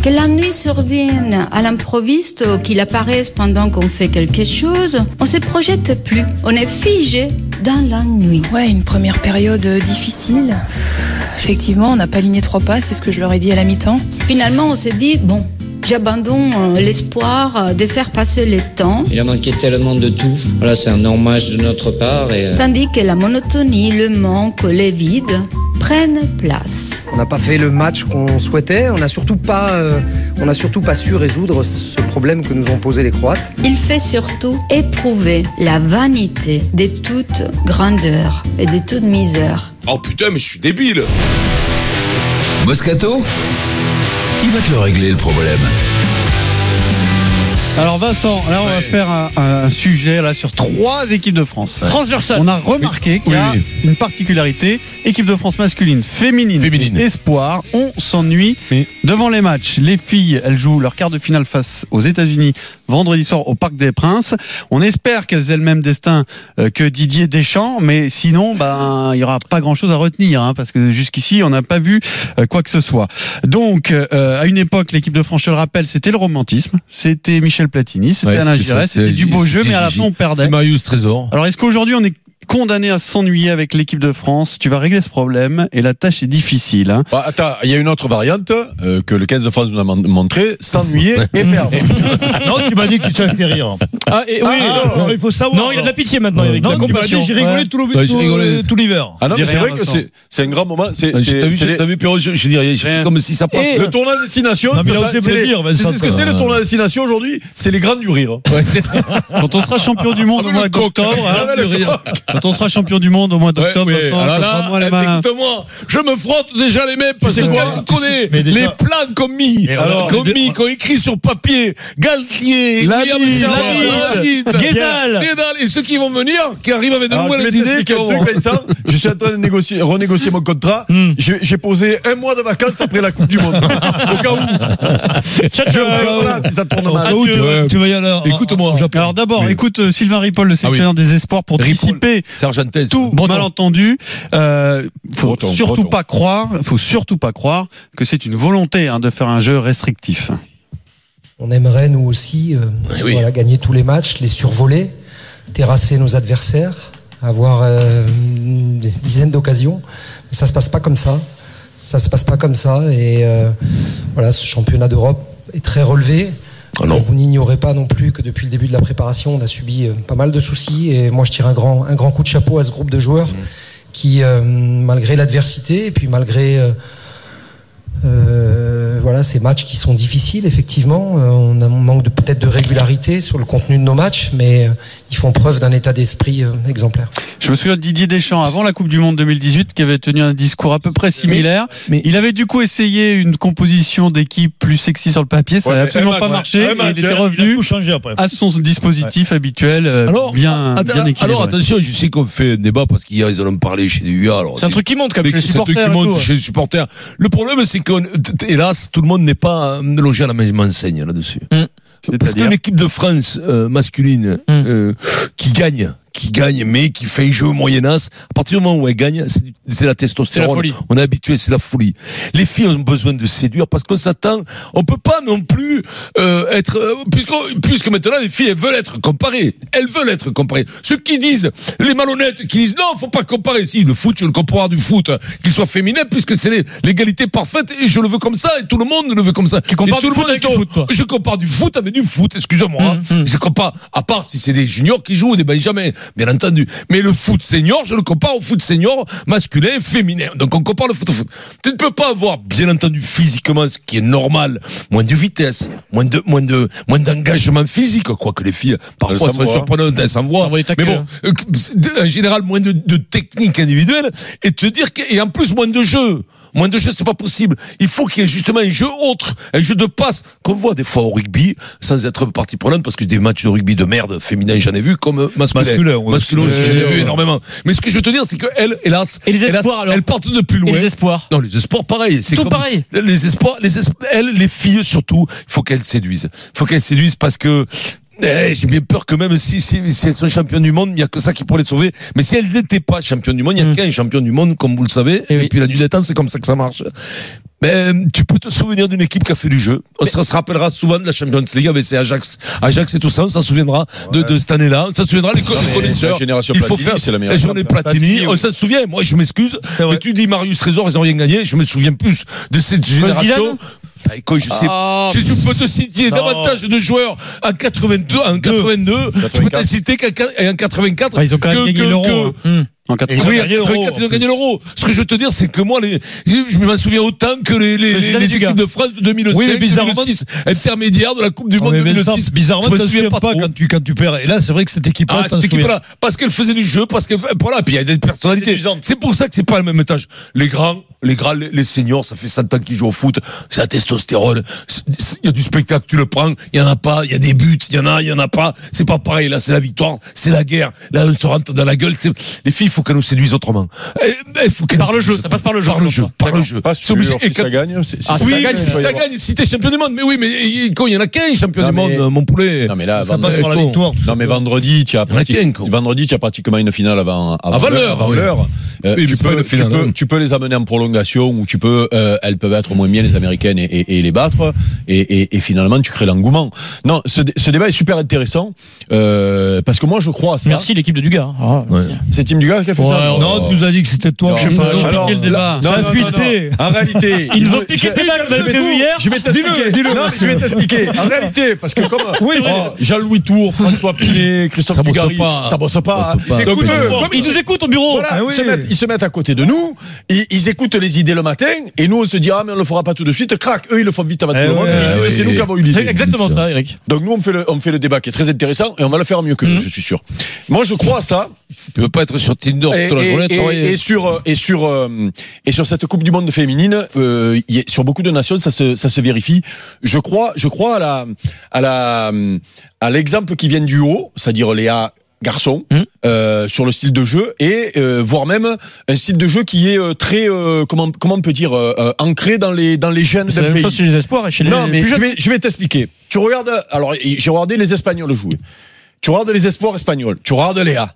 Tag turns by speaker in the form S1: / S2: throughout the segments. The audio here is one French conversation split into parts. S1: Que la nuit survienne à l'improviste, ou qu'il apparaisse pendant qu'on fait quelque chose, on se projette plus. On est figé dans la nuit.
S2: Ouais, une première période euh, difficile. Effectivement, on n'a pas aligné trois pas, c'est ce que je leur ai dit à la mi-temps.
S1: Finalement, on se dit, bon, j'abandonne euh, l'espoir euh, de faire passer le temps.
S3: Il a manqué tellement de tout. Voilà, c'est un hommage de notre part et euh,
S1: Tandis que la monotonie, le manque, les vides prennent place.
S4: On n'a pas fait le match qu'on souhaitait. On n'a surtout pas, euh, on n'a surtout pas su résoudre ce problème que nous ont posé les Croates.
S1: Il fait surtout éprouver la vanité de toute grandeur et de toute misère.
S5: Oh putain, mais je suis débile
S6: Moscato Il va te le régler le problème.
S7: Alors Vincent, là on va
S5: Ouais.
S7: faire un, un sujet là sur trois équipes de France.
S8: Transversal.
S7: On a remarqué qu'il y a
S6: Oui.
S7: une particularité. Équipe de France masculine, féminine,
S5: Féminine.
S7: espoir. On s'ennuie
S5: Oui.
S7: devant les matchs. Les filles, elles jouent leur quart de finale face aux États-Unis vendredi soir au Parc des Princes. On espère qu'elles aient le même destin euh, que Didier Deschamps, mais sinon, ben, il y aura pas grand-chose à retenir hein, parce que jusqu'ici, on n'a pas vu euh, quoi que ce soit. Donc, euh, à une époque, l'équipe de France, je le rappelle, c'était le romantisme, c'était Michel Platini, c'était
S9: Ouais,
S7: Alain
S9: c'était ça,
S7: Giresse, c'était
S9: c'est-
S7: du beau jeu,
S9: c'était
S7: mais à la
S9: Gigi.
S7: fin, on perdait.
S9: C'est Marius Trésor.
S7: Alors, est-ce qu'aujourd'hui on est condamné à s'ennuyer avec l'équipe de France Tu vas régler ce problème et la tâche est difficile. hein.
S10: Bah, attends, il y a une autre variante euh, que le 15 de France nous a mon- montré s'ennuyer et perdre.
S11: Non, tu m'as dit que tu t'avais fait rire.
S8: Ah, et, oui,
S11: Ah, non, il faut savoir.
S8: non, il a de la pitié maintenant, Eric.
S11: Non,
S8: la
S11: tu m'as dit,
S8: compassion.
S11: j'ai rigolé tout
S9: Ouais,
S11: le-
S9: Euh, j'ai
S11: tout-
S9: rigolé.
S11: tout l'hiver.
S10: Ah non, mais
S7: Dis
S10: c'est
S7: rien,
S10: vrai que
S7: Vincent.
S10: c'est c'est un grand moment. C'est
S11: Ah,
S5: Ah,
S9: T'as
S10: c'est-
S9: vu,
S10: c'est les-
S9: t'as vu, Pierrot, je, je dis rien, je fais
S7: Rien.
S9: comme si ça passe.
S8: Et-
S10: le tournoi destination.
S11: Eh Non, mais
S10: c'est
S11: là,
S10: ça,
S11: on sait
S10: c'est
S11: me le
S10: les-
S11: dire,
S10: C'est
S11: Vincent,
S10: ce que
S11: ça.
S10: c'est le tournoi destination aujourd'hui. C'est les grands du rire.
S9: Ouais, c'est-
S7: Quand on sera champion du monde au mois d'octobre, hein,
S10: Ah, le
S7: de rire. quand on sera champion du monde au mois
S9: Ouais,
S7: d'octobre,
S9: mais
S7: Vincent,
S9: alors
S7: ça
S9: là,
S7: sera moi, les malins.
S9: écoute-moi, je me frotte déjà les mains parce
S11: sais
S9: que
S11: quoi
S9: moi, je connais
S11: Mais déjà-
S9: les plans qu'on mis,
S11: Mais alors,
S9: qu'on
S11: mais-
S9: mis, qu'on écrit sur papier, Galtier,
S7: Lamine,
S9: William
S7: Ah,
S9: Serra,
S11: Lamine,
S9: Lamine,
S8: Guédal.
S9: Guédal, et ceux qui vont venir, qui arrivent avec de
S10: Alors, je vais
S9: nouvelles idées,
S10: t'expliquer
S9: qui
S10: un
S9: vont-
S10: truc, Vincent. Je suis en train de négocier, renégocier mon contrat.
S11: Hmm.
S10: J'ai j'ai posé un mois de vacances après la Coupe du Monde. Au cas
S11: Ah,
S10: où. Je- voilà, si ça
S9: Bah,
S10: tourne mal.
S11: Où tu-
S9: Ouais.
S11: Tu vas y aller. en-
S9: Écoute-moi.
S11: en Japon.
S7: Alors d'abord,
S9: euh, Oui.
S7: écoute euh, Sylvain Ripoll, le sélectionneur des espoirs, pour
S9: Ripoll.
S7: dissiper
S9: Sargentez.
S7: tout
S9: Breton.
S7: malentendu. Euh, faut
S10: Breton,
S7: surtout
S10: breton.
S7: pas croire, faut surtout pas croire que c'est une volonté hein, de faire un jeu restrictif.
S12: On aimerait, nous aussi, euh,
S9: Eh oui.
S12: voilà, gagner tous les matchs, les survoler, terrasser nos adversaires, avoir euh, des dizaines d'occasions. Mais ça se passe pas comme ça. Ça se passe pas comme ça. Et euh, voilà, ce championnat d'Europe est très relevé.
S9: Ah non.
S12: Vous n'ignorez pas non plus que depuis le début de la préparation, on a subi euh, pas mal de soucis. Et moi, je tire un grand, un grand coup de chapeau à ce groupe de joueurs
S9: Mmh.
S12: qui, euh, malgré l'adversité et puis malgré euh, euh, voilà, ces matchs qui sont difficiles, effectivement. Euh, on a un manque de- peut-être de régularité sur le contenu de nos matchs, mais euh, ils font preuve d'un état d'esprit euh, exemplaire.
S7: Je me souviens de Didier Deschamps avant la Coupe du Monde 2018 qui avait tenu un discours à peu près similaire.
S9: mais-
S7: il avait du coup essayé une composition d'équipe plus sexy sur le papier, ça
S10: Ouais,
S7: n'a
S10: mais
S7: absolument
S10: un
S7: pas
S10: match,
S7: marché.
S10: ouais.
S7: et
S10: Un match,
S7: il était
S10: hein.
S11: Il a
S7: revenu
S11: tout changé après.
S7: à son dispositif habituel euh,
S9: Alors,
S7: bien,
S9: atta-
S7: bien équilibré.
S9: alors attention, je sais qu'on fait un débat parce qu'hier ils en ont parlé chez les UA. alors,
S8: C'est un truc qui monte, quand
S9: Mais
S8: même. chez les
S9: c'est un truc
S8: supporters
S9: qui
S8: et
S9: monte
S8: tout. hein.
S9: chez les supporters. Le problème, c'est que, hélas, tout le monde n'est pas euh, logé à la même enseigne là-dessus. Parce
S7: C'est-à-dire
S9: qu'une équipe de France euh, masculine
S8: Mm.
S9: euh, qui gagne, qui gagne, mais qui fait jeu moyenasse, à partir du moment où elle gagne, c'est du- c'est la
S8: C'est la
S9: testostérone.
S8: folie.
S9: on est habitué, c'est la folie. Les filles ont besoin de séduire parce qu'on s'attend. On peut pas non plus euh, être euh, puisqu'on- puisque maintenant les filles elles veulent être comparées. Elles veulent être comparées. Ceux qui disent les malhonnêtes qui disent non, faut pas comparer. Si le foot, je veux le comparer du foot, hein, qu'il soit féminin puisque c'est les- l'égalité parfaite et je le veux comme ça et tout le monde le veut comme ça. Tu
S8: compares du foot avec du foot, toi. Hum,
S9: je compare du foot avec du foot, excusez-moi. hein. Je compare, à part si c'est des juniors qui jouent ou des benjamins, bien entendu. Mais le foot senior, je le compare au foot senior masculin et féminin. Donc on compare le foot au foot. Tu ne peux pas avoir, bien entendu, physiquement ce qui est normal. Moins de vitesse, moins de, moins de, moins d'engagement physique, quoique les filles, parfois,
S10: Elles
S9: sont
S10: s'envoient.
S9: surprenantes, elles s'envoient.
S8: Envoyer
S9: Mais
S8: tacler,
S9: bon, euh, en général, moins de, de technique individuelle et te dire que, et en plus, moins de jeu. Moins de jeu, c'est pas possible. Il faut qu'il y ait justement un jeu autre, un jeu de passe, qu'on voit des fois au rugby, sans être partie prenante, parce que des matchs de rugby de merde féminin, j'en ai vu, comme euh, masculin.
S11: Masculin, ouais.
S9: Masculin aussi, j'en ai
S11: Ouais.
S9: vu énormément. Mais ce que je veux te dire, c'est que elles, hélas,
S8: Et les
S9: hélas,
S8: espoirs, alors
S9: elles partent de plus
S8: Et
S9: loin.
S8: les espoirs.
S9: Non, les espoirs, pareil. C'est
S8: Tout
S9: comme-
S8: pareil.
S9: Les espoirs, les esp- elles, les filles surtout, il faut qu'elles séduisent. Il faut qu'elles séduisent parce que Eh, J'ai bien peur que même si, si- si elles sont championnes du monde, il n'y a que ça qui pourrait les sauver. Mais si elles n'étaient pas championnes du monde,
S8: Hmm.
S9: il n'y a qu'un champion du monde, comme vous le savez.
S8: Eh
S9: Et, puis la nuit des temps, c'est comme ça que ça marche. Mais euh, tu peux te souvenir d'une équipe qui a fait du jeu. On se se rappellera souvent de la Champions League avec ses Ajax, Ajax et tout ça. On s'en souviendra de, de cette année-là. On s'en souviendra les co-
S5: Non,
S9: les
S5: mais
S9: connaisseurs.
S5: la génération
S9: Il faut
S5: Platini, c'est la
S9: faire
S5: meilleure.
S9: la journée Platini.
S5: Platini,
S9: On
S5: oui.
S9: s'en souvient. Moi, je m'excuse. Mais tu dis Marius Trésor, ils ont rien gagné. Je me souviens plus de cette
S8: Zidane
S9: génération. Bah, écoute, je sais,
S8: Ah.
S9: je peux te citer
S8: Non.
S9: davantage de joueurs en 82, en 82, je peux te citer qu'en qua- et en 84.
S7: Ah, ils ont quand même
S9: que-
S7: gagné
S9: que- Hmm.
S7: l'euro.
S9: que-
S7: hein. En
S9: Oui,
S7: 84.
S9: en 84, ils ont gagné l'euro. Ce que je veux te dire, c'est que moi, les, je je m'en souviens autant que les, les,
S11: Le
S9: les,
S11: Zidane
S9: les
S11: du
S9: équipes
S11: gars.
S9: de France de 2005,
S11: Oui, mais bizarrement-
S9: 2006, intermédiaire de la Coupe du
S11: Ah,
S9: Monde
S11: mais
S9: 2006.
S11: Vincent, bizarrement,
S9: je me
S11: t'en
S9: souviens
S11: souviens
S9: pas
S11: pas
S9: trop.
S11: quand tu, quand tu perds. Et là, c'est vrai que cette équipe-là,
S9: Ah,
S11: t'en
S9: cette équipe-là,
S11: souviens.
S9: parce qu'elle faisait du jeu, parce qu'elle pour là, puis il y a des personnalités. C'est pour ça que c'est pas le même étage. Les grands, les grands, les, les seniors, ça fait 100 ans qu'ils jouent au foot, c'est la testostérone. C'est- c'est- Il y a du spectacle, tu le prends, il y en a pas, il y a des buts, il y en a, il y en a pas. C'est pas pareil, là, c'est la victoire, c'est la guerre. Là, on se rentre dans la gueule. c'est- Les filles, il faut qu'elles nous séduisent autrement. Eh, eh, il faut qu'elles
S8: Par
S9: nous
S8: le jeu,
S9: séduisent
S8: ça passe par le jeu,
S9: Par le
S8: selon
S9: jeu,
S8: toi.
S9: par le
S8: D'accord.
S9: jeu.
S5: Pas
S9: C'est obligé.
S5: sûr, si
S9: Et quand-
S5: ça gagne, si- si
S9: Ah,
S5: ça
S9: oui,
S5: gagne,
S9: mais si
S5: il va y
S9: ça
S5: avoir-
S9: gagne, si t'es champion du monde, mais oui, mais quand il y en a qu'un champion du monde, mon poulet.
S5: Non mais là,
S9: Ça passe par la
S5: con.
S9: victoire, tout
S5: Non mais vendredi, tu as
S9: qu'un,
S5: pratiquement,
S9: con.
S5: vendredi, tu as pratiquement une finale avant
S9: Avant l'heure,
S5: avant
S9: oui.
S5: l'heure. Euh,
S9: Oui, mais
S5: tu,
S9: c'est pas
S5: peux,
S9: une
S5: tu
S9: finale,
S5: peux-
S9: hein.
S5: tu peux les amener en prolongation ou tu peux, euh, elles peuvent être moins bien les Américaines et, et- et les battre et, et- et finalement tu crées l'engouement. Non, ce, dé- ce débat est super intéressant euh, parce que moi je crois à ça.
S11: Merci l'équipe de Dugas.
S5: C'est Tim Dugas qui a fait
S11: Ouais,
S5: ça.
S11: non, tu nous as dit que c'était toi.
S5: Non,
S11: je sais pas.
S5: non,
S11: Alors,
S5: non,
S11: là-
S5: non,
S11: Ça a
S5: non, non,
S11: fuité.
S5: non. En réalité,
S8: Ils nous ont piqué tes balles,
S5: je-
S8: même que hier.
S5: Je vais t'expliquer.
S11: Dis-le, dis-le,
S5: Non,
S11: parce
S5: je vais
S11: que-
S5: t'expliquer. En réalité, parce que comme
S11: Oui.
S5: Oh, Jean-Louis Tour, François Pinet, Christophe
S9: Ça bosse
S5: Dugarry,
S9: pas.
S5: ça bosse pas.
S9: Ça bosse pas.
S5: Donc,
S9: Écoute,
S5: eux,
S9: bon,
S5: comme
S8: Ils nous écoutent au bureau.
S5: voilà,
S11: Ah
S5: ils,
S11: oui.
S5: se mettent, ils se mettent à côté de nous, ils, ils écoutent les idées le matin, et nous on se dit ah mais on le fera pas tout de suite, crac, eux ils le font vite avant tout
S11: Eh
S5: le monde,
S11: ouais,
S5: et ils disent
S9: oui.
S5: c'est nous qui avons eu l'idée.
S8: C'est exactement ça, Eric.
S5: Donc nous on fait, le, on fait le débat qui est très intéressant, et on va le faire mieux que nous, je suis sûr. Moi je crois à ça,
S9: Tu peux pas être sur Tinder
S5: et,
S9: toute la
S5: et-
S9: journée,
S5: et-
S9: travailler.
S5: et sur euh, et sur euh, et sur cette Coupe du Monde féminine, euh, il y a- sur beaucoup de nations, ça se ça se vérifie. Je crois, je crois à la à la euh, à l'exemple qui vient du haut, c'est-à-dire Léa garçon
S11: Mmh.
S8: Mhm.
S5: euh, sur le style de jeu et euh, voire même un style de jeu qui est euh, très euh, comment comment on peut dire euh, euh, ancré dans les dans les jeunes
S11: C'est la
S5: d'un
S11: même
S5: pays.
S11: chose chez les espoirs et chez les
S5: Non, mais
S11: plus
S5: je
S11: jeunes.
S5: vais, je vais t'expliquer. Tu regardes, alors j'ai regardé les Espagnols jouer. Tu regardes les espoirs espagnols. Tu regardes Léa.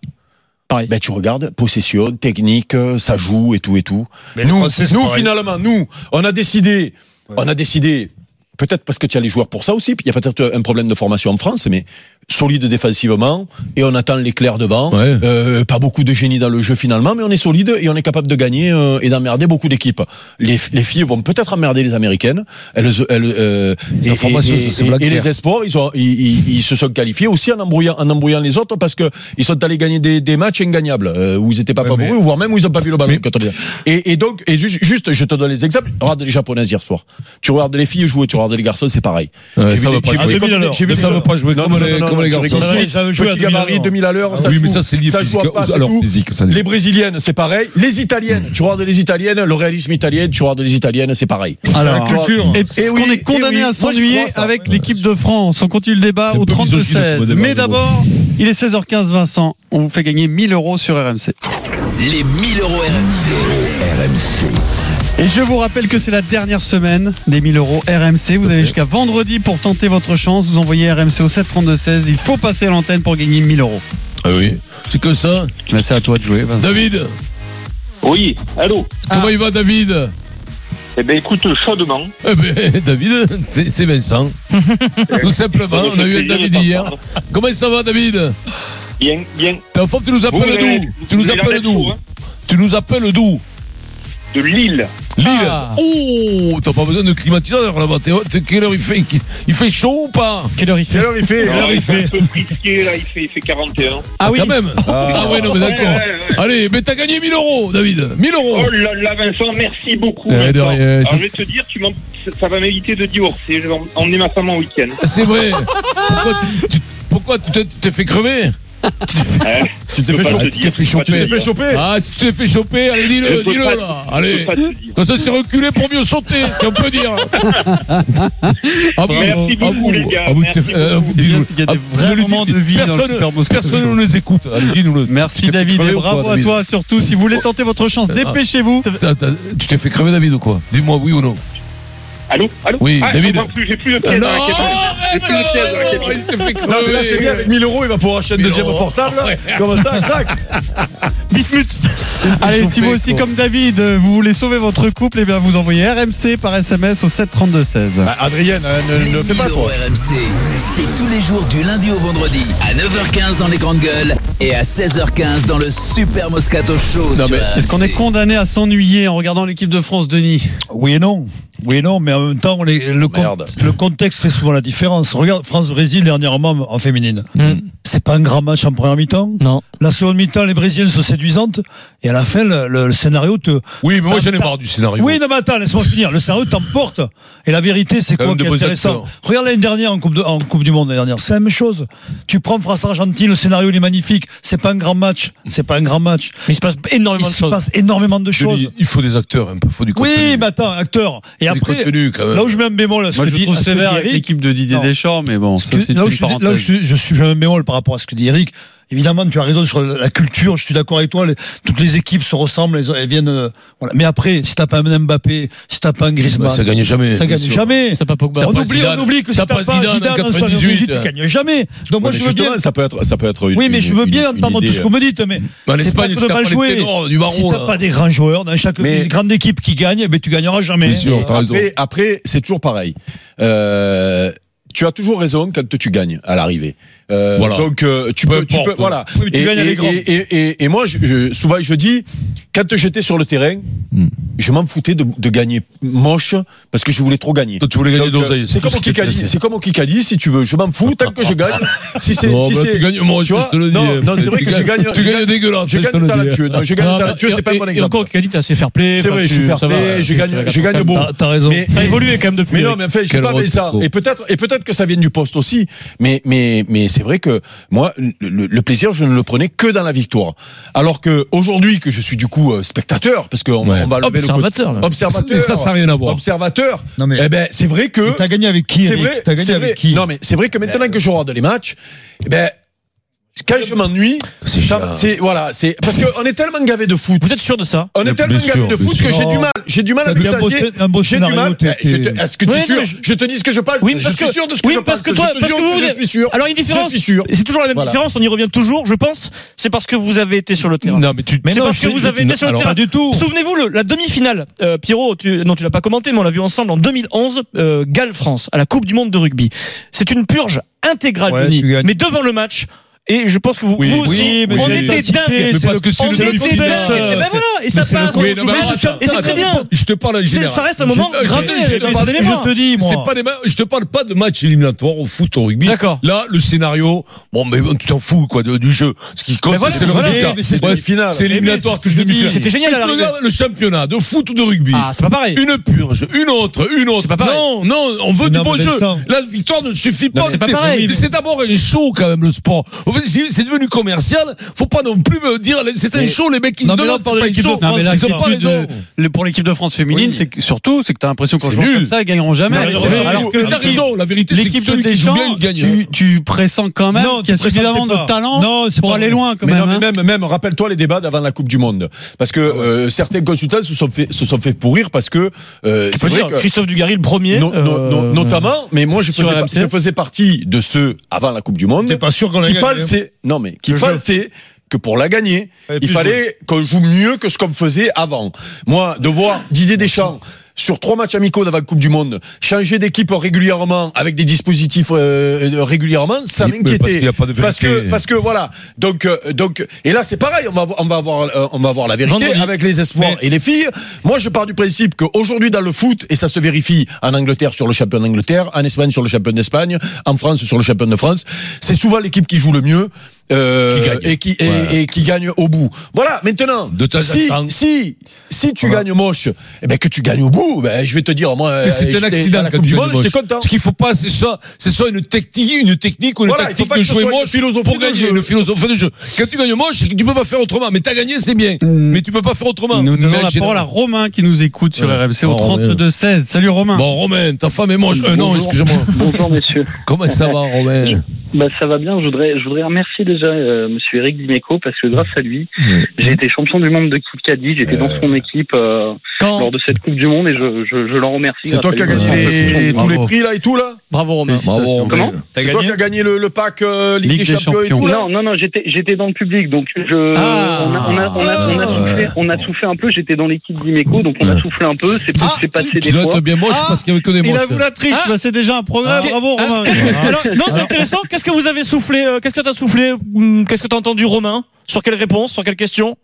S11: Pareil.
S5: Ben, tu regardes possession, technique, euh, ça joue et tout et tout.
S9: Ben,
S11: Mais les
S5: nous,
S11: Français, c'est
S5: nous
S11: pareil.
S5: finalement, nous, on a décidé, on a décidé. Peut-être parce que tu as les joueurs pour ça aussi. puis Il y a peut-être un problème de formation en France, mais solide défensivement et on attend l'éclair devant.
S9: Ouais.
S5: Euh, pas beaucoup de génie dans le jeu finalement, mais on est solide et on est capable de gagner euh, et d'emmerder beaucoup d'équipes. Les, les filles vont peut-être emmerder les Américaines. Elles, elles, euh,
S9: Les
S5: et,
S9: informations,
S5: et-
S9: ça, c'est
S5: et-
S9: Black
S5: et
S9: Bear.
S5: les espoirs, ils, ont, ils, ils- ils se sont qualifiés aussi en embrouillant, en embrouillant les autres parce que ils sont allés gagner des, des matchs ingagnables euh, où ils n'étaient pas favoris, voire même où ils n'ont pas vu le ballon. quand on dit. Et, et donc, et ju- juste, je te donne les exemples. Regarde les Japonaises hier soir. Tu regardes les filles jouer, tu regardes les garçons, c'est pareil.
S9: Ouais,
S5: J'ai
S9: ça
S5: vu
S9: va
S5: des-
S9: pas
S11: Ah,
S5: j'ai vu des-
S9: jouer.
S11: 2000 alors.
S5: j'ai vu
S9: Mais
S5: des-
S9: ça veut pas jouer
S5: Non,
S9: comme
S5: non,
S9: les
S5: non,
S9: comme
S5: non,
S9: les
S5: tu
S9: garçons.
S5: rigoles.
S11: Ouais, ça veut jouer à
S5: Petit
S11: 2000 à
S5: gabarit,
S11: l'heure.
S5: 2000 à l'heure, ça
S9: Ah Oui, mais
S5: joue.
S9: ça, c'est lié
S5: Ça joue à
S9: physique-
S5: pas, c'est
S9: à leur
S5: tout.
S9: physique, ça, les-
S5: Les brésiliennes, c'est pareil. Les italiennes, tu regardes les italiennes, le réalisme italien, tu regardes les italiennes, c'est pareil.
S7: Alors,
S5: Tu vois,
S7: et,
S5: Eh
S7: on
S5: oui,
S7: est condamné
S5: eh oui.
S7: à s'ennuyer
S5: Moi, je crois ça.
S7: avec l'équipe de France. On continue le débat
S9: C'est un
S7: au
S9: peu misogyne, le
S7: 32-16.
S9: débat, mais
S7: Mais
S9: bon.
S7: d'abord, il est 16h15, Vincent. On vous fait gagner 1000 euros sur RMC.
S6: Les 1000 euros RMC.
S7: Et je vous rappelle que c'est la dernière semaine des 1000 euros RMC. Vous avez jusqu'à vendredi pour tenter votre chance. Vous envoyez RMC au 732-16. Il faut passer à l'antenne pour gagner 1000 euros.
S9: Ah oui. C'est que ça.
S7: Là, c'est à toi de jouer. Vincent.
S9: David,
S13: Oui, allô
S5: Ah.
S9: comment il va, David
S13: Eh bien, écoute, chaudement.
S9: Eh ben, David, c'est c'est Vincent. Tout simplement, Ah, on a eu un David hier. Comment ça va, David
S13: Bien, bien.
S9: T'es en forme, tu nous
S13: Vous
S9: appelles
S13: voulez-
S9: d'où
S13: vous
S9: Tu nous
S13: voulez la
S9: appelles
S13: mettre où,
S9: d'où
S13: hein
S9: Tu nous appelles d'où
S13: De Lille.
S9: Lille.
S11: Ah.
S9: Oh, t'as pas besoin de climatiseur là-bas. T'es- t'es- Quelle heure il fait Il fait chaud ou pas
S11: Quelle heure il fait
S5: Quelle heure il fait
S11: il
S13: Alors, Ah, il
S11: fait.
S13: fait un peu frisqué, là, il fait, il fait 41.
S11: Ah oui.
S9: Quand même Ah, ouais, non, mais
S13: Ouais,
S9: d'accord.
S13: ouais, ouais.
S9: Allez, mais t'as gagné 1000 euros, David 1000 euros
S13: Oh là là, Vincent, merci beaucoup.
S9: Eh,
S13: Vincent.
S9: de rien,
S13: Alors,
S9: ça-
S13: je vais te dire, tu m'en- ça va m'éviter de divorcer. Je vais emmener ma femme en week-end.
S9: C'est vrai. Pourquoi tu- tu- Pourquoi tu t'es- tu t'es fait crever
S13: Hein,
S9: Tu
S13: t'es fait choper.
S9: Tu t'es fait
S13: Je peux pas
S9: choper.
S13: te le dire.
S9: Ah, si tu t'es fait choper,
S13: Je
S9: allez, Euh, dis-le,
S13: peux
S9: dis-le
S13: pas-
S9: là.
S13: je
S9: Allez.
S13: peux pas te le dire.
S9: Non, ça s'est reculé pour mieux sauter, si on peut dire. Ah bon,
S13: Merci
S9: ah
S13: beaucoup,
S9: vous,
S13: les gars.
S9: ah vous,
S13: Merci
S9: t'es- euh, vous,
S13: beaucoup.
S7: C'est bien,
S9: dis-nous.
S7: c'est qu'il y a des
S9: Ah,
S7: vrais
S9: ne le
S7: moments
S9: dites-
S7: de vie dans le
S9: Personne,
S7: Super Moscato
S9: personne ne
S7: Show.
S9: les écoute. Ah, Allez, dis-nous-le. Tu
S7: Merci
S9: t'es fait
S7: David
S9: crever
S7: et
S9: ou
S7: bravo
S9: quoi,
S7: à
S9: David
S7: toi surtout. Si vous voulez tenter votre chance, dépêchez-vous.
S9: T'as- t'as- Tu t'es fait crever, David, ou quoi Dis-moi oui ou non.
S14: Allô Allô
S15: Oui,
S14: ah, je
S15: David.
S14: comprends plus, J'ai plus de pièces
S15: Non,
S14: dans la caisse. J'ai plus de pièces dans la caisse.
S9: Il s'est fait
S15: Non, mais là, c'est bien, avec 1000 euros, il va pouvoir acheter un
S14: 1000
S15: deuxième
S14: euros.
S15: portable.
S14: Ouais.
S15: Comme ça, crac
S16: Bismuth Allez, si vous aussi, comme David, euh, vous voulez sauver votre couple, et bien vous envoyez RMC par SMS au 732-16.
S15: Bah, Adrien, euh,
S17: Les 1000 euros RMC, c'est tous les jours du lundi au vendredi à 9h15 dans les grandes gueules et à 16h15 dans le Super Moscato Show.
S16: Non,
S17: sur
S16: mais Est-ce qu'on est
S17: RMC.
S16: condamné à s'ennuyer en regardant l'équipe de France, Denis
S7: Oui et non. Oui et non, mais en même temps, on est- le, con- le contexte fait souvent la différence. Regarde France-Brésil dernièrement en féminine. C'est pas un grand match en première mi-temps.
S12: Non.
S7: La seconde mi-temps, les Brésiliennes sont séduisantes. Et à la fin, le, le- le scénario te.
S9: Oui, mais moi,
S7: t'en-
S9: j'en ai
S7: t'en-
S9: marre du scénario.
S7: Oui, non, mais attends, laisse-moi finir. Le scénario t'emporte. Et la vérité, c'est
S9: Quand
S7: quoi
S9: même
S7: qui
S9: de
S7: est
S9: beaux
S7: intéressant
S9: acteurs.
S7: Regarde l'année dernière en coupe, de- en coupe du Monde, l'année dernière. C'est la même chose. Tu prends France-Argentine, le scénario, il est magnifique. C'est pas un grand match. C'est pas un grand match.
S12: Mais il se passe énormément de choses.
S7: Il se passe énormément de
S9: Je dis,
S7: choses.
S9: Il faut des acteurs un peu, il faut du contenu.
S7: Oui, bah, mais attends, acteur. Et
S9: C'est du
S7: après,
S9: contenu, quand même.
S7: là où je mets un bémol, à ce
S16: Moi,
S7: que
S16: je
S7: dit-
S16: trouve
S7: à ce que
S16: sévère
S7: dit
S16: avec
S7: Eric,
S16: l'équipe de Didier
S7: non.
S16: Deschamps, mais bon,
S7: Parce
S16: ça,
S7: que
S16: c'est
S7: là, où
S16: une
S7: je, suis- là où je
S16: parenthèse.
S7: suis, je suis, je mets un bémol par rapport à ce que dit Eric. Évidemment, tu as raison sur la culture. Je suis d'accord avec toi. les- toutes les équipes se ressemblent. Elles, elles viennent. euh, voilà. Mais après, si t'as pas un Mbappé, si t'as pas un Griezmann,
S9: Bah, ça gagne
S12: Eh,
S9: jamais,
S7: Ça
S9: bien
S7: gagne
S9: sûr.
S7: jamais. Bah,
S9: Si t'as pas Pogba.
S7: on,
S9: Si t'as pas
S7: oublie,
S9: Zidane.
S7: on oublie que
S9: Si
S7: si
S9: t'as
S7: t'as
S9: pas
S7: pas
S9: Zidane en
S7: Zidane en
S9: 98,
S7: 78, tu gagnes jamais. Donc moi,
S5: Ouais,
S7: je
S5: mais
S7: veux
S5: justement,
S7: bien.
S5: ça peut être, ça peut être une,
S7: Oui, mais je veux
S5: une-
S7: bien
S5: une
S7: entendre tout
S5: idée,
S7: ce que vous me dites,
S12: Bah,
S7: mais
S9: Mais en
S7: c'est
S9: Espagne,
S7: pas de
S9: si t'as
S7: mal
S9: Bah, pas les
S7: jouer.
S9: ténors du Barreau,
S7: si
S9: là.
S12: hein.
S7: t'as pas des grands joueurs dans chaque
S5: Mais-
S7: grande équipe qui gagne, eh ben, tu gagneras jamais.
S5: Bien sûr,
S7: Et
S5: t'as raison.
S7: après,
S5: Après, après, c'est toujours pareil. Euh, tu as toujours raison quand tu gagnes à l'arrivée. Euh,
S9: Voilà.
S5: Donc euh, tu peux,
S9: Peu
S5: tu
S9: importe.
S5: peux, voilà.
S7: Oui, mais tu
S5: et,
S7: gagnes
S5: et-
S7: avec grand.
S5: et- et- et- et moi, je, je- souvent, je dis, quand j'étais sur le terrain, je m'en foutais de, de gagner moche parce que je voulais trop gagner.
S9: Toi, tu voulais gagner
S5: Donc,
S9: d'oseille,
S5: euh,
S9: c'est
S5: C'est comme
S9: tout
S5: au
S9: ce qui te
S5: Kikadi,
S9: plaisait.
S5: c'est comme au Kikadi, si tu veux. Je m'en fous tant que je gagne. Si c'est,
S9: Non,
S5: si
S9: mais là,
S5: c'est-
S9: tu gagnes moche,
S5: bah, tu vois,
S9: je te le dis.
S5: Non, non, c'est vrai
S9: Tu
S5: que je
S9: gagnes-
S5: gagne.
S9: tu
S5: je
S9: gagnes dégueulasse,
S5: Je
S9: je te
S5: gagne
S9: le dis.
S5: talentueux. Non, je
S12: Non,
S5: gagne talentueux. C'est pas un
S12: et-
S5: bon
S12: Et
S5: exemple.
S12: encore, Khalid, t'as assez fair play.
S5: C'est
S12: enfin,
S5: vrai, je
S12: tu-
S5: suis fair
S12: ça va,
S5: play, je
S12: tu-
S5: gagne-
S12: tu vas
S5: je gagne
S12: quand
S5: beau.
S12: même.
S7: T'as t'as raison.
S5: Mais-
S12: Ça a évolué quand même depuis.
S5: Mais non,
S12: Eric.
S5: mais enfin, je sais
S9: Quel
S5: pas, mais ça.
S9: retour.
S5: Et peut-être, et peut-être que ça vient du poste aussi. Mais, mais, mais c'est vrai que moi, le, le- le plaisir, je ne le prenais que dans la victoire. Alors que aujourd'hui, que je suis du coup euh, spectateur, parce qu'on
S9: Ouais.
S5: on va lever
S12: Observateur, là.
S5: le côté- observateur,
S9: Et ça, ça n'a rien à voir.
S5: observateur.
S7: Non, mais-
S5: eh ben, c'est vrai que.
S7: mais T'as gagné avec qui
S5: C'est
S7: Eric
S5: vrai,
S7: T'as
S5: c'est
S7: gagné
S5: vrai.
S7: avec qui
S5: Non, mais c'est vrai que maintenant que je regarde les matchs, eh ben, quand je m'ennuie,
S9: C'est
S5: ça-
S9: chiant.
S5: c'est voilà, c'est parce qu'on est tellement gavé de foot.
S12: Vous êtes sûr de ça Ah,
S5: On est
S9: Mais
S5: tellement
S9: bien
S5: gavé
S9: sûr,
S5: de
S9: bien
S5: foot
S9: sûr.
S5: que j'ai du mal. J'ai du mal à
S7: T'as
S5: me
S7: mis un beau
S5: sasier.
S7: scé- un beau
S5: J'ai du
S7: scénario,
S5: mal. Eh,
S7: t'es-
S5: Je te- Est-ce que tu
S12: Oui,
S5: es
S12: non,
S5: sûr
S12: mais je-
S5: Je te dis ce que je pense.
S12: Oui,
S5: Je
S12: parce
S5: suis
S12: que-
S5: sûr de ce que
S12: oui,
S5: je
S12: parce
S5: pense.
S12: que toi-
S5: Je te
S12: parce
S5: jure
S12: que vous
S5: que je
S12: voulez-
S5: suis sûr.
S12: Alors, une différence.
S5: Je suis sûr.
S12: C'est toujours la même
S5: Voilà.
S12: différence, on y revient toujours, je pense. C'est parce que vous avez été sur le terrain.
S9: Non, mais tu.
S12: C'est
S7: non,
S12: parce
S7: je
S12: que
S7: sais-
S12: vous
S7: je-
S12: avez été sur le
S9: alors-
S12: terrain.
S7: Pas du tout.
S12: Souvenez-vous, le- la demi-finale, euh, Pierrot, tu, non, tu l'as pas commenté, mais on l'a vu ensemble en 2011, euh, Galles-France, à la Coupe du Monde de rugby. C'est une purge intégrale,
S7: Ouais,
S12: Denis.
S7: tu gagnes.
S12: mais devant le match, et je pense que vous,
S7: Oui,
S12: vous
S7: oui,
S12: aussi,
S7: mais
S12: on
S7: c'est
S12: était
S7: l'intensité,
S12: dingue.
S7: mais
S9: parce que c'est
S12: on
S9: le
S12: était
S9: contexte.
S12: dingue. Et ben voilà, et ça
S7: c'est le
S12: passe.
S9: Oui, non, mais
S12: Mais
S9: alors,
S12: je- Et c'est
S9: attends,
S12: très bien.
S9: Je te parle,
S12: C'est-
S9: Gérard.
S12: Ça reste un moment
S9: Je-
S12: gravé
S9: je-
S12: avec
S9: je- je-
S12: les
S9: je-
S12: éléments.
S7: Je te dis,
S9: C'est
S7: moi.
S9: pas des ma- je te parle pas de match éliminatoire au foot, au rugby.
S12: D'accord.
S9: Là, le scénario, bon, mais tu t'en fous, quoi, de- du jeu. Ce qui compte,
S12: Mais voilà,
S9: c'est le
S12: mais voilà.
S9: résultat.
S5: Mais c'est
S9: Ouais,
S5: demi-finale.
S9: C'est éliminatoire
S12: Mais
S9: que je
S12: c'est ce que je
S9: demi-finale.
S12: dis. C'était génial,
S9: Mais
S12: à
S9: tu
S12: la
S9: regardes le championnat de foot ou de rugby.
S12: Ah, c'est pas pareil.
S9: Une purge, une autre, une autre.
S12: C'est pas pareil.
S9: Non, non, on veut
S7: Non,
S9: du
S7: mais
S9: beau jeu.
S7: Vincent.
S9: La victoire ne suffit pas.
S12: mais c'est pas pareil.
S9: Mais c'est d'abord un show quand même le sport. En fait, c'est c'est devenu commercial. Faut pas non plus me dire c'est un show les mecs qui
S7: Non,
S9: se
S7: mais là,
S9: donnent.
S7: on parle de
S9: c'est pas
S7: l'équipe de
S9: un show.
S7: France,
S9: Ils ont pas
S16: l'attitude
S9: raison.
S16: de- le- pour l'équipe de France féminine,
S9: Oui.
S16: c'est que, surtout, c'est que t'as l'impression qu'en
S9: C'est
S16: jouant
S9: nul.
S16: comme ça, ils gagneront jamais.
S9: Mais
S7: raison.
S9: c'est-
S16: alors que
S9: t'as raison, la vérité, c'est que
S16: l'équipe de
S9: celui qui joue
S16: Deschamps,
S9: bien, il gagne.
S16: tu, tu pressens quand même qu'il y a
S7: tu
S16: suffisamment
S7: pressentais
S16: de
S7: pas.
S16: talent
S7: Non, c'est
S16: pour
S7: pas
S16: aller
S7: vrai.
S16: loin quand
S5: Mais
S16: même.
S5: non, mais
S16: hein.
S5: même, même, rappelle-toi les débats d'avant la Coupe du Monde, parce que euh, certains consultants se sont fait se sont fait pourrir parce que euh,
S12: Tu
S5: c'est
S12: peux
S5: vrai
S12: dire
S5: que
S12: Christophe Dugarry, le premier.
S5: no- no-
S12: euh,
S5: no- notamment, mais moi je
S12: sur
S5: faisais, pas-
S12: RMC.
S5: je faisais partie de ceux avant la Coupe du Monde
S7: T'es pas sûr qu'on a
S5: qui
S7: gagné.
S9: hein.
S5: pensaient non mais qui
S7: Le jeu.
S5: pensaient que pour la gagner
S7: Fallait
S5: il
S7: plus
S5: fallait qu'on joue mieux que ce qu'on faisait avant. Moi de voir Didier Deschamps sur trois matchs amicaux d'avant la Coupe du Monde, changer d'équipe régulièrement avec des dispositifs euh, régulièrement, ça
S9: Oui, mais parce
S5: m'inquiétait
S9: qu'il y a pas de
S5: parce
S9: vérité.
S5: que parce que voilà donc euh, donc et là c'est pareil on va vo- on va avoir euh, on va avoir la vérité
S12: Vendredi.
S5: avec les espoirs et les filles moi je pars du principe qu'aujourd'hui dans le foot et ça se vérifie en Angleterre sur le champion d'Angleterre en Espagne sur le champion d'Espagne en France sur le champion de France c'est souvent l'équipe qui joue le mieux euh,
S9: Qui gagne.
S5: et qui et,
S9: Ouais.
S5: et qui gagne au bout voilà maintenant
S9: De temps en
S5: si
S9: temps.
S5: si si tu gagnes moche eh ben que tu gagnes au bout ben je vais te dire moi
S9: Que c'est un
S5: j'étais à
S9: accident
S5: la
S9: quand
S5: Coupe
S9: tu
S5: du
S9: gagnes
S5: Monde
S9: moche.
S5: j'étais content
S9: Ce qu'il faut pas, c'est ça, c'est soit une technique, une technique ou une
S5: Voilà, il faut
S9: tactique
S5: pas
S9: de
S5: que ce
S9: jouer
S5: soit une
S9: moche
S5: philosophie
S9: pour
S5: de
S9: gagner
S5: jeu.
S9: une philosophie de jeu. Quand tu gagnes moche, c'est que tu peux pas faire autrement. Mais t'as gagné, c'est bien. Mais tu peux pas faire autrement.
S16: Mm. Nous
S9: Mais
S16: donnons la
S9: généralement-
S16: parole à Romain qui nous écoute sur
S9: Ouais.
S16: RMC
S9: Oh,
S16: au
S9: Romain.
S16: 32-16. Salut Romain.
S9: Bon, Romain, ta femme est moche. Euh, non,
S18: Bonjour.
S9: excuse-moi.
S18: Bonjour messieurs.
S9: Comment ça va, Romain
S18: Bah, ça va bien, je voudrais, je voudrais remercier déjà
S14: déjà euh, Monsieur Eric Dimeco parce que grâce à lui, j'ai été champion du monde de Kit Caddy. J'étais dans son équipe euh, lors de cette Coupe du Monde et je, je, je l'en remercie.
S5: C'est toi qui as gagné les- tous les prix là et tout là
S8: Bravo Romain.
S5: Bravo,
S14: Comment
S5: C'est toi qui as gagné le, le pack euh, Ligue, des Champions, et tout là
S14: Non, non, non, j'étais, j'étais dans le public, donc je,
S5: Ah,
S14: on, a, on, a, on, a, on a soufflé, on a soufflé un peu. J'étais dans l'équipe d'Imeco, donc on a soufflé un peu. C'est,
S5: Ah,
S14: c'est passé des fois.
S16: Ah,
S9: qu'il y avait que des
S7: Il a
S9: moches.
S7: voulu la triche,
S8: Ah.
S7: bah, c'est déjà un progrès.
S8: Ah.
S7: Bravo,
S8: Ah,
S7: Romain.
S8: qu'est-ce que- alors, non, c'est intéressant. Qu'est-ce que vous avez soufflé euh, Qu'est-ce que t'as soufflé Hum, Qu'est-ce que t'as entendu, Romain Sur quelle réponse Sur quelle question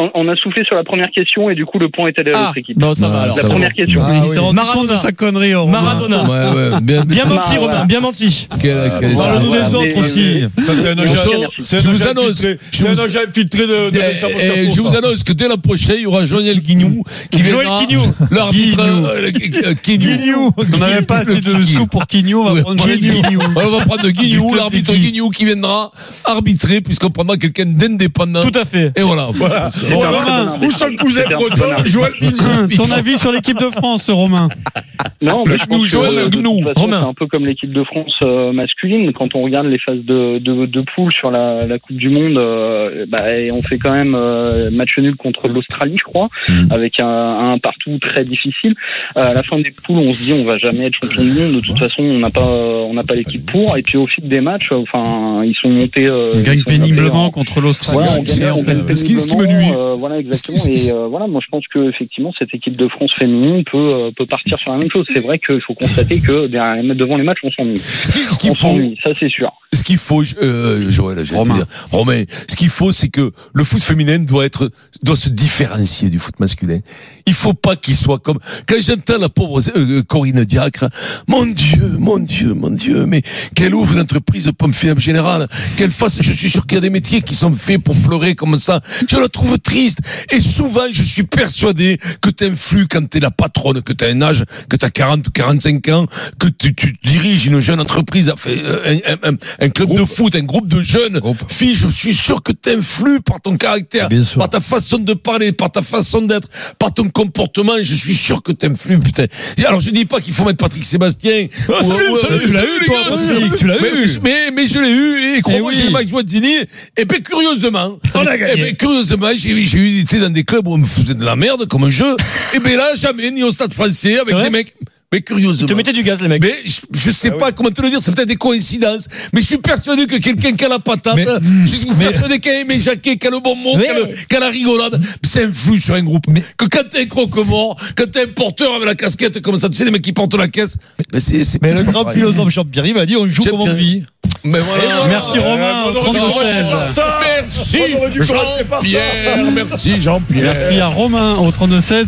S14: on, on a soufflé sur la première question et du coup le point est allé
S5: Ah,
S14: à l'autre
S5: bah,
S14: équipe.
S8: non, Ah. ça va, alors,
S14: La
S8: ça va.
S14: première question.
S7: Ah, il s'est rendu compte de sa connerie, oh, Romain.
S8: Maradona.
S9: Ouais, ouais, bien-
S8: Bien menti,
S9: Ah, ouais.
S8: Romain, bien menti.
S9: Quel- quel-
S8: Voilà, nous, les
S9: Mais-
S8: autres aussi.
S10: Ça, c'est un
S9: Je
S10: agent-
S9: vous-
S10: c'est un
S9: je vous
S10: agent
S9: annonce.
S10: infiltré-
S9: je
S10: c'est un
S9: vous-
S10: agent infiltré de- de
S9: Eh,
S10: Vincent
S9: eh,
S10: Bostapo,
S9: Je vous
S10: ça.
S9: annonce que dès l'an prochain, il y aura Joël Guignou qui
S10: Joël
S9: viendra.
S10: Guignou.
S9: L'arbitre. euh, le- euh, Guignou.
S7: Parce qu'on n'avait pas assez de sous pour Quignou, on va prendre Joël Guignou.
S9: On va prendre Guignou,
S7: Du club
S9: l'arbitre
S7: Guigui.
S9: Guignou qui viendra arbitrer puisqu'on prendra quelqu'un d'indépendant.
S8: Tout à fait.
S9: Et voilà.
S10: Voilà. Bon, Romain, où sont le cousin breton Joël Guignou.
S7: Ton avis sur l'équipe de France, Romain Ah,
S14: Non, mais je pense
S9: Gnou,
S14: que,
S9: Joël,
S14: euh, de toute
S9: Gnou.
S14: façon,
S9: Romain.
S14: c'est un peu comme l'équipe de France euh, masculine. Quand on regarde les phases de, de, de poule sur la, la Coupe du Monde, euh, bah, et on fait quand même euh, match nul contre l'Australie, je crois,
S7: Mm.
S14: avec un, un partout très difficile. Euh, à la fin des poules, on se dit on va jamais être champion du monde. De toute façon, on n'a pas on n'a pas l'équipe pour. Et puis au fil des matchs, euh, enfin, ils sont montés. euh,
S7: On gagne
S14: ils sont montés
S7: péniblement
S14: en-
S7: contre
S14: Ouais, on
S7: l'Australie.
S14: gagnait, on gagnait
S7: Ce qui- ce qui me
S14: péniblement,
S7: nuit.
S14: euh, voilà, exactement. Et euh, voilà, moi je pense que effectivement cette équipe de France féminine peut euh, peut partir sur la même chose. C'est vrai qu'il faut constater que derrière- devant les matchs, on s'ennuie.
S9: ce qu'il
S14: euh,
S9: faut-
S14: On s'ennuie, ça c'est sûr.
S9: Ce qu'il faut, euh, Joël, j'allais te dire, Romain, ce qu'il faut, c'est que le foot féminin doit être, doit se différencier du foot masculin. Il faut pas qu'il soit comme, quand j'entends la pauvre euh, Corinne Diacre, mon Dieu, mon Dieu, mon Dieu, mais qu'elle ouvre une entreprise de pommes funèbres générale, qu'elle fasse, je suis sûr qu'il y a des métiers qui sont faits pour pleurer comme ça. Je la trouve triste. Et souvent, je suis persuadé que t'influes quand t'es la patronne, que t'as un âge, que t'as 40 ou 45 ans, que tu, tu diriges une jeune entreprise, enfin, euh, un, un- un- un club de foot, un groupe de jeunes. Fille, je suis sûr que t'influes par ton caractère, par ta façon de parler, par ta façon d'être, par ton comportement. Je suis sûr que t'influes, putain. Alors, je dis pas qu'il faut mettre Patrick Sébastien.
S10: Ah,
S9: ou-
S10: salut,
S9: ou-
S10: salut,
S9: tu l'as
S10: salut,
S9: eu, les
S10: toi,
S9: gars,
S10: Patrick,
S9: salut.
S10: tu l'as
S9: mais,
S10: eu.
S9: Mais, mais je l'ai eu, et crois-moi,
S10: Eh oui.
S9: j'ai Max Guazzini, et puis ben, curieusement,
S10: On a
S9: eh
S10: gagné.
S9: ben, curieusement, j'ai j'ai eu été dans des clubs où on me foutait de la merde comme un jeu. Et ben là, jamais ni au Stade Français avec des mecs. Mais curieusement. Tu mettais
S8: du gaz, les mecs.
S9: Mais je, je sais pas comment te le dire, c'est peut-être des coïncidences. Mais je suis persuadé que quelqu'un qui a la patate, je suis persuadé qu'un aimé Jacquet, qui a le bon mot, qui a, le- qui a la rigolade, ça influe sur un groupe. Que quand t'es un croque-mort, quand t'es un porteur avec la casquette comme ça, tu sais, les mecs qui portent la caisse, ben c'est, c'est
S11: Mais
S9: c'est
S11: le
S9: pas
S11: grand
S9: pareil.
S11: philosophe Jean-Pierre, il m'a dit on joue comme on vit.
S9: Mais voilà.
S11: Merci, Romain,
S9: Euh,
S11: 32 16.
S9: Merci
S11: Merci,
S9: Jean-Pierre, merci Jean-Pierre.
S7: Merci à Romain au 32-16.